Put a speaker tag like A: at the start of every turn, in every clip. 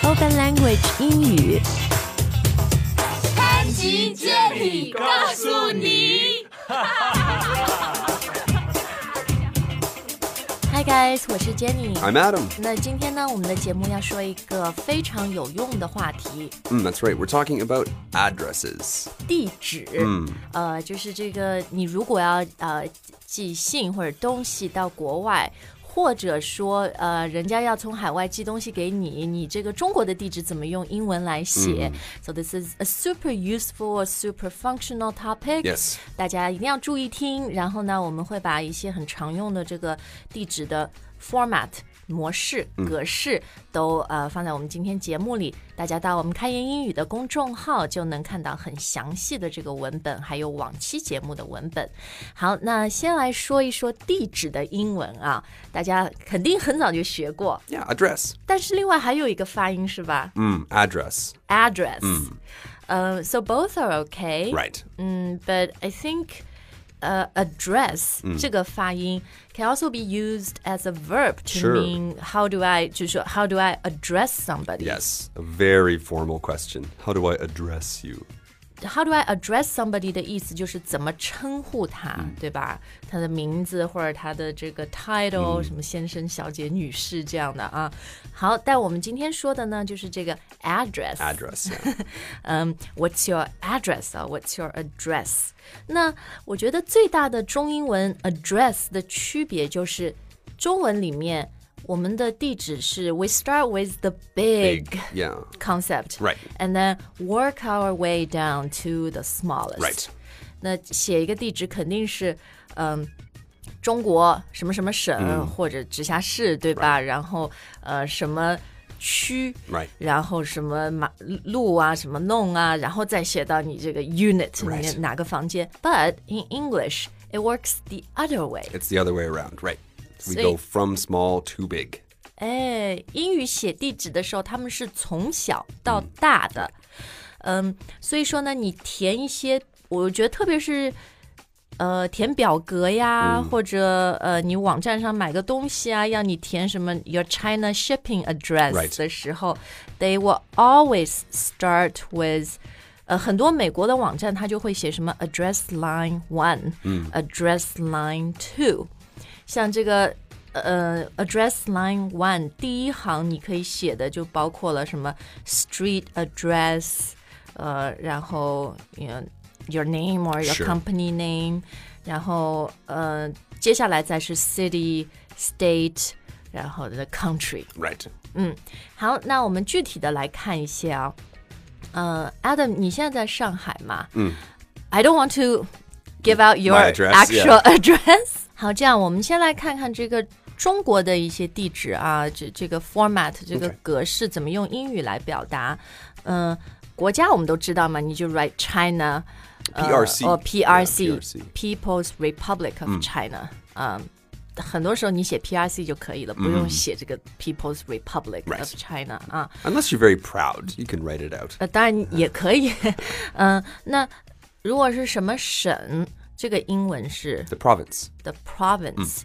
A: Spoken Language 英语。
B: 潘吉接力告诉你。
A: Hi guys，我是 Jenny。
C: I'm Adam.
A: 那今天呢，我们的节目要说一个非常有用的话题
C: Mm, that's right. We're talking about addresses.
A: ——地址。嗯，呃，就是这个，你如果要呃寄信或者东西到国外。或者说，呃，人家要从海外寄东西给你，你这个中国的地址怎么用英文来写、s o this is a super useful, super functional topic.
C: Yes.
A: 大家一定要注意听。然后呢，我们会把一些很常用的这个地址的 format 模式、格式都呃放在我们今天节目里，大家到我们开言英语的公众号就能看到很详细的这个文本，还有往期节目的文本。好，那先来说一说地址的英文啊，大家肯定很早就学过，
C: Yeah, address.
A: 但是另外还有一个发音是吧
C: Mm, address.
A: ？address，呃，so both are okay，
C: Right.
A: but I think uh, address
C: Mm.
A: 这个发音 can also be used as a verb to
C: Sure.
A: mean how do I 就是说 how do I address somebody?
C: Yes. A very formal question. How do I address you?
A: How do I address somebody 的意思就是怎么称呼他，
C: Mm.
A: 对吧？他的名字或者他的这个 title、什么先生、小姐、女士这样的啊。好，但我们今天说的呢，就是这个 address。
C: Address. Yeah.
A: 嗯、w h a t s your address 啊？What's your address？那我觉得最大的中英文 address 的区别就是，中文里面我们的地址是 we start with the big,
C: Big. Yeah.
A: concept,
C: Right.
A: And then work our way down to the smallest,
C: Right.
A: 那写一个地址肯定是，嗯。中国什么什么省、或者直辖市，对吧然后呃什么区
C: Right.
A: 然后什么马路啊，什么弄啊，然后再写到你这个 unit 里
C: Right.
A: 面哪个房间。But in English, it works the other way.
C: It's the other way around. Right. We
A: See?
C: go from small to big.
A: 哎，英语写地址的时候，他们是从小到大的，嗯，所以说呢，你填一些，我觉得特别是。呃，填表格呀，或者呃，你网站上买个东西啊，要你填什么 your China shipping address
C: Right.
A: 的时候、t h e y will always start with，呃，很多美国的网站它就会写什么 address line one，address line two，像这个呃 address line one 第一行你可以写的就包括了什么 street address，呃，然后 you know, your name or your
C: Sure.
A: company name，然后呃接下来再是 city state，然后 the country。
C: Right.
A: 好，那我们具体的来看一些啊、呃，Adam，你现在在上海嘛？嗯，I don't want to give out your
C: My address,
A: actual
C: yeah.
A: address。好， 这样我们先来看看这个中国的一些地址啊，这这个 format 这个
C: Okay
A: 格式怎么用英语来表达？嗯、国家我们都知道嘛，你就 write China，呃
C: PRC
A: 哦
C: Yeah,
A: PRC
C: PRC
A: People's Republic of China，嗯。很多时候你写 PRC 就可以了，不用写这个 People's Republic
C: 嗯 Right.
A: of China 啊。
C: Unless you're very proud, you can write it out.
A: 呃，当然也可以。 嗯，那如果是什么省，这个英文是
C: The province.
A: the province。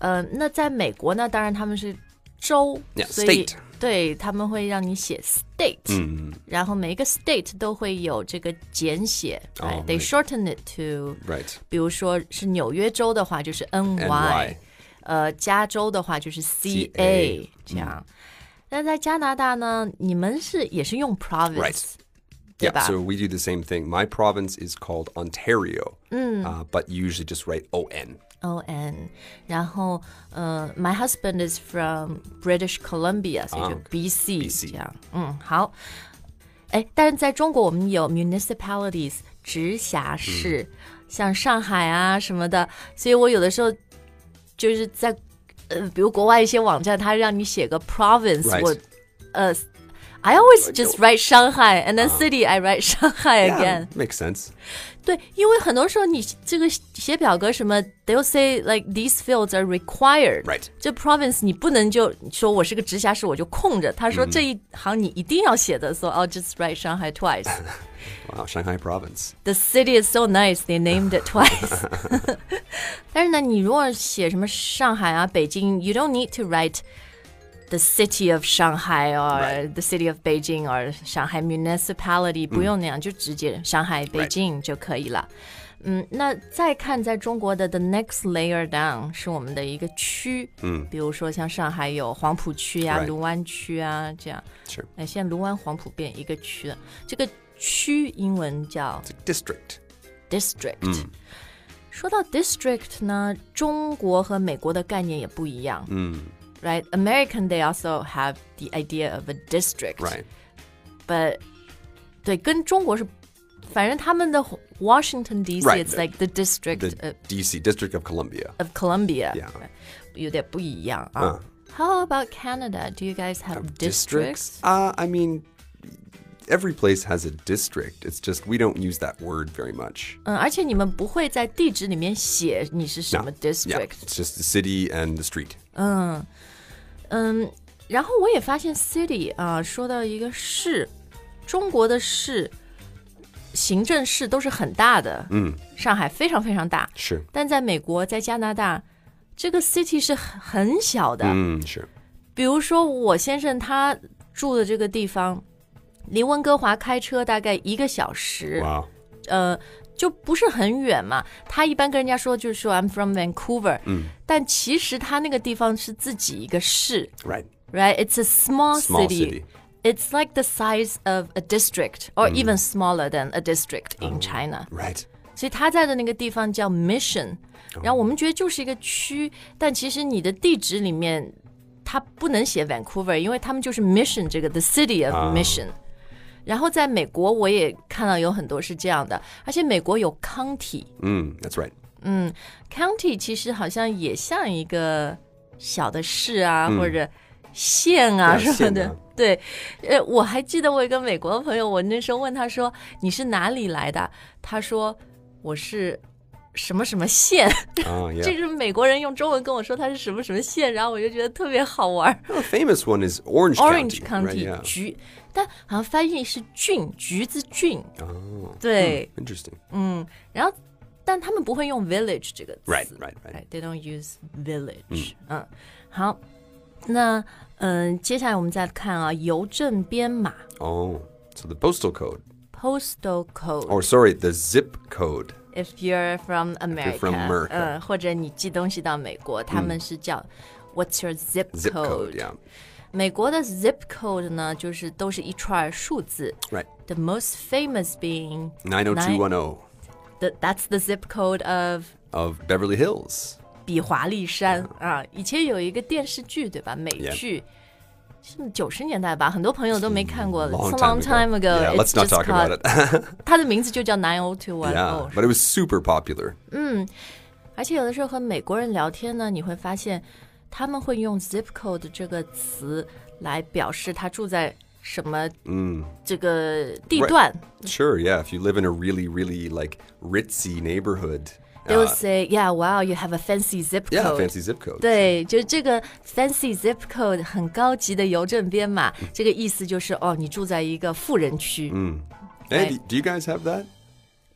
A: 呃，那在美国呢，当然他们是州
C: 嗯 Yeah,
A: 所以
C: state 嗯
A: 对他们会让你写 state，、然后每一个 state 都会有这个简写、
C: 哦
A: right? They
C: right
A: shorten it to，、
C: Right.
A: 比如说是纽约州的话就是 NY，
C: NY
A: 呃，加州的话就是 CA,
C: CA
A: 这样。那在加拿大呢，你们是也是用 province，、
C: Right
A: 对
C: Yeah,
A: 吧
C: so we do the same thing. My province is called Ontario, uh, but you usually just write ON.
A: O N，然后呃，My husband is from British Columbia，所以就
C: 啊
A: B C
C: BC
A: 这样。嗯，好。哎，但是在中国我们有 municipalities 直辖市，像上海啊什么的，所以我有的时候就是在呃，比如国外一些网站，它让你写个 province，、
C: Right
A: 我呃。I always just write Shanghai and then city I write Shanghai again.
C: makes sense.
A: 对，因为很多时候你这个写表格什么，they'll say like these fields are required。
C: Right.
A: 这 province 你不能就说我是个直辖市我就空着，他说这一行你一定要写的，so I'll just write Shanghai twice。
C: Wow, Shanghai province.
A: The city is so nice, they named it twice 。但是呢，你如果写什么上海啊、北京，you don't need to write the city of Shanghai or
C: Right.
A: the city of Beijing or Shanghai municipality，、不用那样，就直接上海、北京就可以了。嗯，那再看在中国的 the next layer down 是我们的一个区，嗯，比如说像上海有黄浦区呀、
C: Right.
A: 卢湾区啊这样。
C: Sure.
A: 哎，现在卢湾、黄浦变一个区了，这个区英文叫
C: It's a district.
A: district。说到 district 呢，中国和美国的概念也不一样。Right, American they also have the idea of a district.
C: Right.
A: But 对，跟中国是，反正他们的 Washington D.C.
C: Right,
A: it's like the district
C: The
A: of-
C: DC, District of Columbia.
A: of Columbia.
C: Yeah.
A: 有点不一样啊。How about Canada? Do you guys have districts?
C: Uh, I mean, every place has a district. It's just we don't use that word very much.
A: 嗯，而且你们不会在地址里面写你是什
C: No.
A: 么
C: Yeah,
A: district，
C: it's just the city and the street.
A: 嗯，然后我也发现 city 啊、说到一个市，中国的市，行政市都是很大的，嗯，上海非常非常大，
C: Sure.
A: 但在美国，在加拿大，这个 city 是很很小的。
C: Mm, sure.
A: 比如说我先生他住的这个地方，离温哥华开车大概一个小时，
C: Wow.
A: 呃，就不是很远嘛。他一般跟人家说就是说 I'm from Vancouver，嗯，但其实他那个地方是自己一个市。
C: Right.
A: right? It's a small,
C: Small
A: city.
C: city. 嗯
A: It's like the size of a district, or even smaller than a district in
C: Oh
A: China.
C: Right.
A: 所以他在的那个地方叫 Mission，然后我们觉得就是一个区，但其实你的地址里面它不能写 Vancouver，因为他们就是 Mission 这个 the city of Mission。然后在美国，我也看到有很多是这样的，而且美国有 county，county
C: Mm, that's right.
A: 其实好像也像一个小的市啊，或者县啊
C: 嗯对啊
A: 什么
C: 县
A: 的
C: 啊。
A: 对，呃，我还记得我有一个美国的朋友，我那时候问他说你是哪里来的，他说我是什么什么县，
C: Oh,
A: 这
C: yeah.
A: 是美国人用中文跟我说他是什么什么县，然后我就觉得特别好玩儿。
C: The famous one is Orange
A: Orange
C: County. right?
A: County、
C: Yeah.
A: 橘，但好像翻译是郡，橘子郡。
C: 啊
A: 哦，对，
C: Oh, Interesting.
A: 然后但他们不会用 village 这个词。
C: 嗯 Right, right, right.
A: right? They don't use village. 嗯好，那嗯、接下来我们再看啊，邮政编码
C: Oh, so the postal code,
A: postal code。
C: or sorry, the zip code.
A: If you're from America，,
C: from America
A: 嗯，或者你寄东西到美国，他们是叫、What's your zip
C: Zip code, yeah.
A: 美国的 zip code 呢，就是都是一串儿数字。
C: Right.
A: The most famous being nine-
C: 90210
A: the- That's the zip code of
C: of Beverly Hills.
A: 比华利山啊，以前有一个电视剧对吧？美剧是九十年代吧，很多朋友都没看过。It's Oh, a long time ago.
C: Yeah, let's not talk about it.
A: 它的名字就叫 Nine O Two One
C: yeah,
A: O。
C: but it was super popular.
A: 而且有的时候和美国人聊天呢，你会发现他们会用 zip code 这个词来表示他住在什么这个地
C: 嗯 Right.
A: 段。
C: Sure, yeah. If you live in a really, really like ritzy neighborhood,
A: They will
C: uh,
A: say, "Yeah, wow, you have a fancy zip
C: yeah,
A: code."
C: fancy zip code.
A: 对，就是这个 fancy zip code 很高级的邮政编码，这个意思就是哦，你住在一个富人区，right.
C: Hey, do- do you guys have that?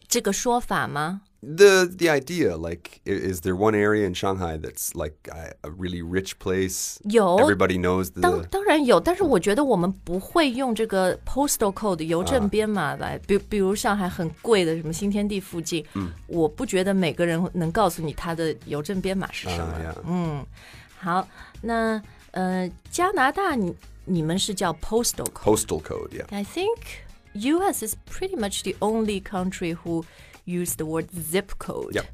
A: 这个说法吗？
C: The the idea, like, i- is there one area in Shanghai that's like a, a really rich place?
A: 有
C: Everybody knows the.
A: 当当然有，但是我觉得我们不会用这个 postal code 邮政编码来，比比如上海很贵的什么新天地附近，我不觉得每个人能告诉你他的邮政编码是什
C: Uh,
A: 么。
C: yeah.
A: 好，那呃，加拿大你你们是叫 postal code。
C: Postal code, yeah.
A: I think U.S. is pretty much the only country who use the word zip code.
C: Yep.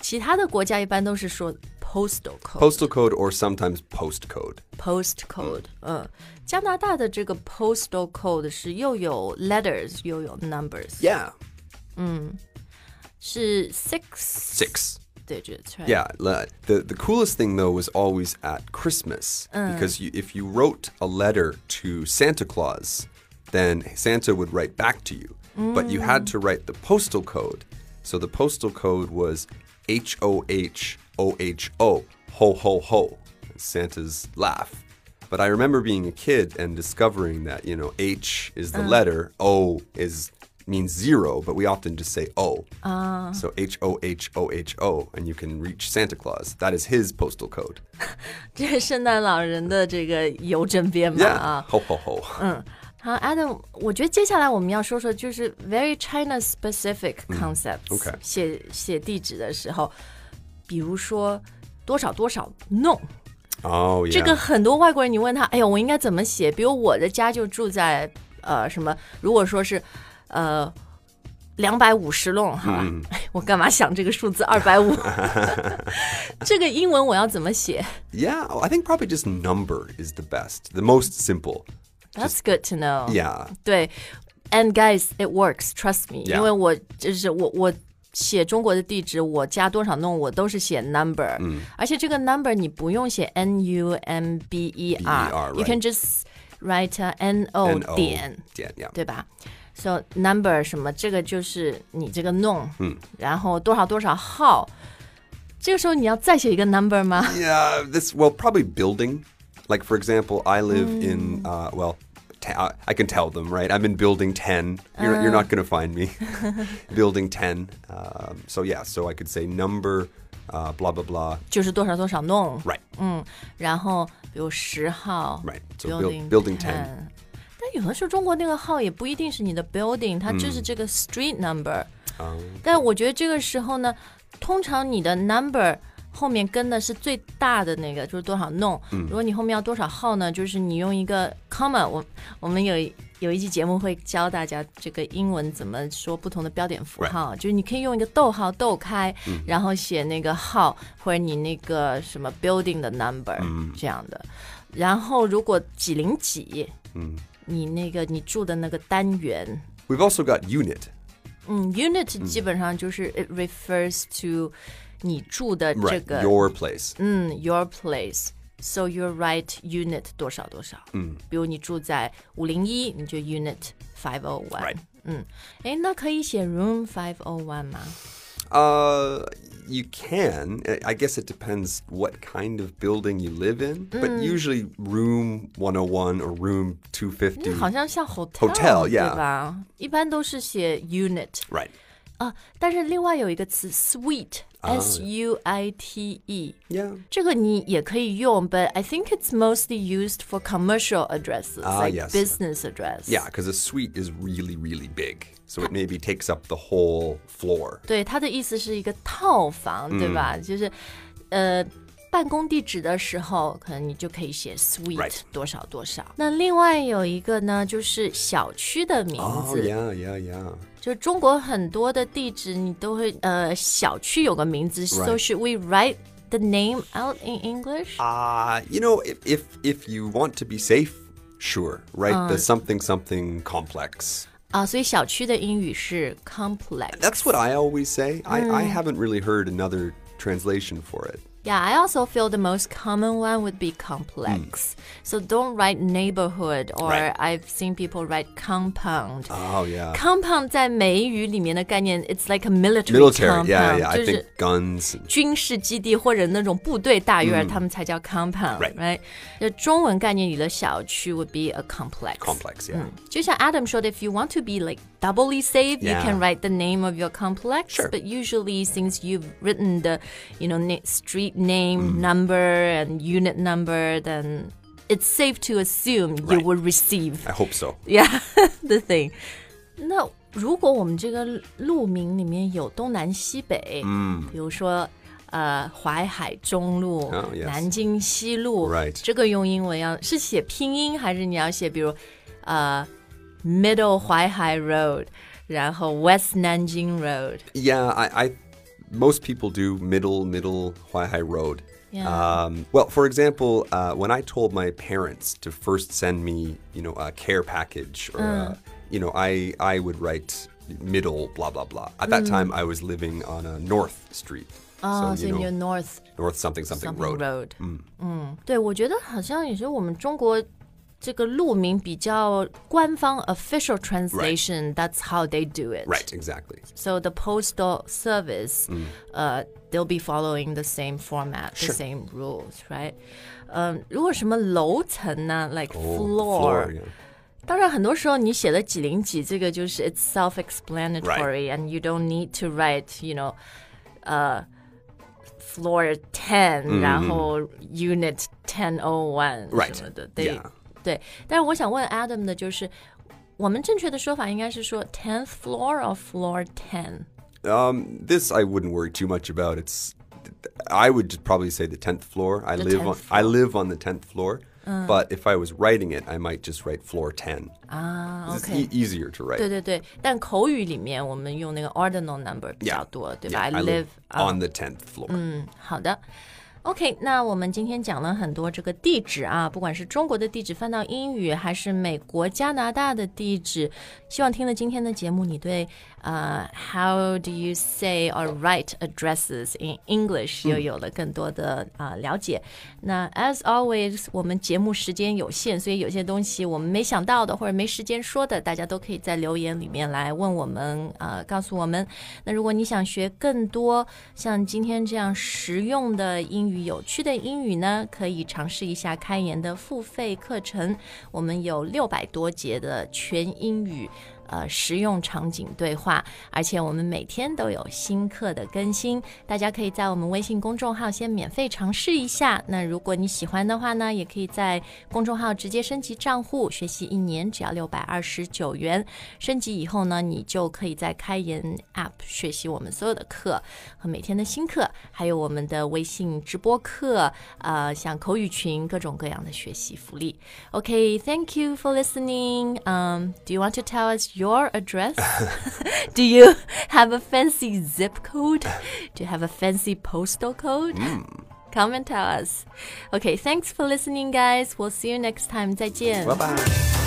A: 其他的国家一般都是说 postal code、
C: Postal code or sometimes postcode.
A: post code。嗯，加拿大的这个 postal code 是又有 letters 又有 numbers，
C: Yeah.
A: 是 six
C: Six.
A: digits。
C: Yeah, le- the the coolest thing though was always at Christmas because you, if you wrote a letter to Santa Claus, then Santa would write back to you, but you had to write the postal code. So the postal code was H O H O H O ho ho ho. Santa's laugh. But I remember being a kid and discovering that you know H is the letter, O is means zero, but we often just say O. Uh. So H O H O H O, and you can reach Santa Claus. That is his postal code.
A: 这是圣诞老人的这个邮政编码
C: Yeah.
A: 啊。
C: Ho ho ho.
A: 好，Adam，我觉得接下来我们要说说就是 very China specific concepts、
C: OK
A: 写写地址的时候，比如说多少多少弄。
C: Oh,
A: 这个
C: yeah.
A: 很多外国人，你问他，哎呦，我应该怎么写？比如我的家就住在呃什么，如果说是呃两百五十弄，好吧， 哎我干嘛想这个数字二百五？ 这个英文我要怎么写
C: Yeah, I think probably just number is the best, the most simple.
A: ？That's good to know.
C: Yeah.
A: 对，And guys, it works. Trust me.
C: Yeah.
A: 因为我就是我我写中国的地址，我加多少弄，我都是写 number。而且这个 number 你不用写 n u m b e r，
C: right.
A: you can just write a Oh, n o
C: N-O
A: 点，
C: 点, yeah.
A: 对吧？So number 什么，这个就是你这个弄，嗯，然后多少多少号。这个时候你要再写一个 number 吗？
C: Yeah, this well probably building. Like for example, I live in uh, well, ta- I can tell them right. I'm in building ten. You're, you're not gonna find me. building ten. Um, so yeah, so I could say number, uh, blah blah blah.
A: 就是多少多少弄，
C: Right,
A: 嗯，然后比如十号
C: right. So
A: building
C: buil-
A: 10
C: building 10.
A: 但有的时候中国那个号也不一定是你的 building，它就是这个 street number。但我觉得这个时候呢，通常你的 number 后面跟的是最大的那个，就是多少弄。如果你后面要多少号呢，就是你用一个 comma 我。我们有一有一期节目会教大家这个英文怎么说不同的标点符号就是你可以用一个逗号逗开，然后写那个号或者你那个什么 building 的 number、这样的。然后如果几零几，你那个你住的那个单元，
C: We've also got unit.
A: 嗯，unit 基本上就是 it refers to 你住的这
C: Right,
A: 个，
C: your place.
A: 嗯，your place。So you write unit 多少多少，嗯，比如你住在五零一，你就 unit five o one，
C: Right
A: 嗯，哎，那可以写 room five o one 吗？
C: Uh, you can. I- I guess it depends what kind of building you live in, but usually room 101 or room 250.
A: 那好像像 hotel，,
C: Hotel，
A: 对
C: yeah
A: 吧？一般都是写 unit，
C: Right.
A: 啊，但是另外有一个词 suite，S U I T E。
C: Yeah.
A: 这个你也可以用，but I think it's mostly used for commercial addresses,
C: Ah,
A: like
C: yes.
A: business address.
C: Yeah, because a suite is really, really big. So it maybe takes up the whole floor.
A: 对，它的意思是一个套房，对吧？就是，呃，办公地址的时候，可能你就可以写 suite
C: Right.
A: 多少多少。那另外有一个呢，就是小区的名
C: Oh,
A: 字。
C: yeah, yeah, yeah.
A: 就中国很多的地址，你都会呃小区有个名字
C: Right.
A: s o should we write the name out in English？、
C: Uh, you know, if, if, if you want to be safe, sure, right? the something, something complex.
A: 啊，所以小区的英语是 complex。
C: That's what I always say. I, I haven't really heard another translation for it.
A: Yeah, I also feel the most common one would be complex. So don't write neighborhood or
C: Mm. Right.
A: I've seen people write compound.
C: Oh, yeah.
A: Compound 在美语里面的概念，it's like a military,
C: Military,
A: compound，
C: yeah, yeah.
A: 就
C: I
A: 是
C: think guns. and-
A: 军事基地或者那种部队大院，他们才叫 compound。
C: Mm. Right.
A: right，那中文概念里的小区 would be a complex。
C: Complex, yeah.
A: 嗯，就像 Adam 说的，if you want to be like doubly safe, you
C: Yeah.
A: can write the name of your complex.
C: Sure.
A: But usually, since you've written the, you know, na- street
C: Mm-hmm.
A: name, number, and unit number, then it's safe to assume you
C: Right.
A: will receive.
C: I hope so.
A: Yeah, the thing. 那如果我们这个路名里面有东南西北，嗯，比如说呃淮海中路、
C: Oh, yes.
A: 南京西路
C: Right.
A: 这个用英文要是写拼音还是你要写比如呃 Middle 淮海 Road，然后 West 南京 Road，
C: Yeah, I, I most people do middle, middle Huaihai Road.
A: Yeah.
C: Um, well, for example, uh, when I told my parents to first send me, you know, a care package, or uh, you know, I I would write middle, blah blah blah. At that time, I was living on a North Street,
A: 啊，
C: Mm. Ah, so
A: 所以
C: you
A: 你
C: know,
A: 有 North
C: North something something,
A: Something
C: road.
A: Road。嗯对，我觉得好像也是我们中国这个路名比较官方 official translation，that's、how they do it。
C: Right, exactly.
A: So the postal service, uh, they'll be following the same format, the
C: Sure.
A: same rules, right? 嗯，如果什么楼层呢，like
C: Oh,
A: floor，
C: yeah.
A: 当然，很多时候你写了几零几，这个就是 it's self-explanatory, and you don't need to write, you know, 呃、floor ten，、然后 unit ten o one
C: Right.
A: 什么的，对
C: Yeah.
A: 对。但是我想问 Adam 的就是，我们正确的说法应该是说 tenth floor or floor ten。
C: Um, this I wouldn't worry too much about. It's I would just probably say the tenth floor. Uh. I
A: The
C: live
A: 10th
C: on I live on the tenth floor. But if I was writing it, I might just write floor ten.
A: Ah,
C: 'Cause
A: okay.
C: It's e- easier to write.
A: 对对对，但口语里面我们用那个 ordinal number 比较
C: Yeah.
A: 多，对
C: Yeah,
A: 吧
C: I live Mm.
A: on
C: on the tenth floor.
A: 好的。OK，那我们今天讲了很多这个地址啊，不管是中国的地址翻到英语，还是美国、加拿大的地址，希望听了今天的节目，你对呃 How do you say or write addresses in English 又有了更多的啊、呃了解。那 As always，我们节目时间有限，所以有些东西我们没想到的或者没时间说的，大家都可以在留言里面来问我们，呃，告诉我们。那如果你想学更多像今天这样实用的英语、有趣的英语呢，可以尝试一下开言的付费课程。我们有六百多节的全英语。呃，实用场景对话，而且我们每天都有新课的更新，大家可以在我们微信公众号先免费尝试一下。那如果你喜欢的话呢，也可以在公众号直接升级账户，学习一年只要六百二十九元。升级以后呢，你就可以在开言 App 学习我们所有的课和每天的新课，还有我们的微信直播课，呃，像口语群各种各样的学习福利。OK，thank、you for listening. Um, do you want to tell us your address? Do you have a fancy zip code? Do you have a fancy postal code? Come and tell us. Okay, thanks for listening, guys. We'll see you next time. 再见。
C: Bye bye.